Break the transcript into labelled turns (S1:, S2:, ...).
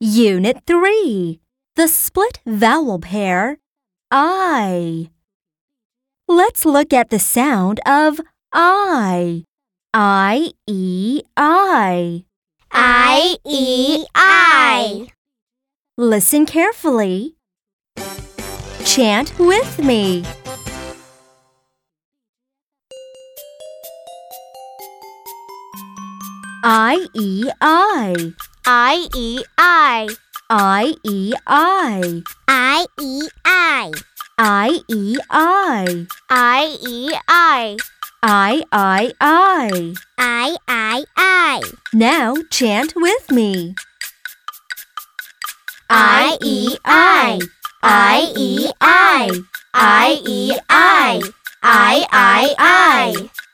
S1: Unit 3 The split vowel pair I. Let's look at the sound of I. I, E, I.
S2: I E I.
S1: Listen carefully. Chant with me. I, E, I.
S2: I E I.
S1: I, E, I.
S2: I E I.
S1: I, E, I.
S2: I E I.
S1: I, I, I.
S2: I I I.
S1: Now chant with me.
S2: I, E, I. I,
S1: E,
S2: E, I. I, E, I. I, I, I.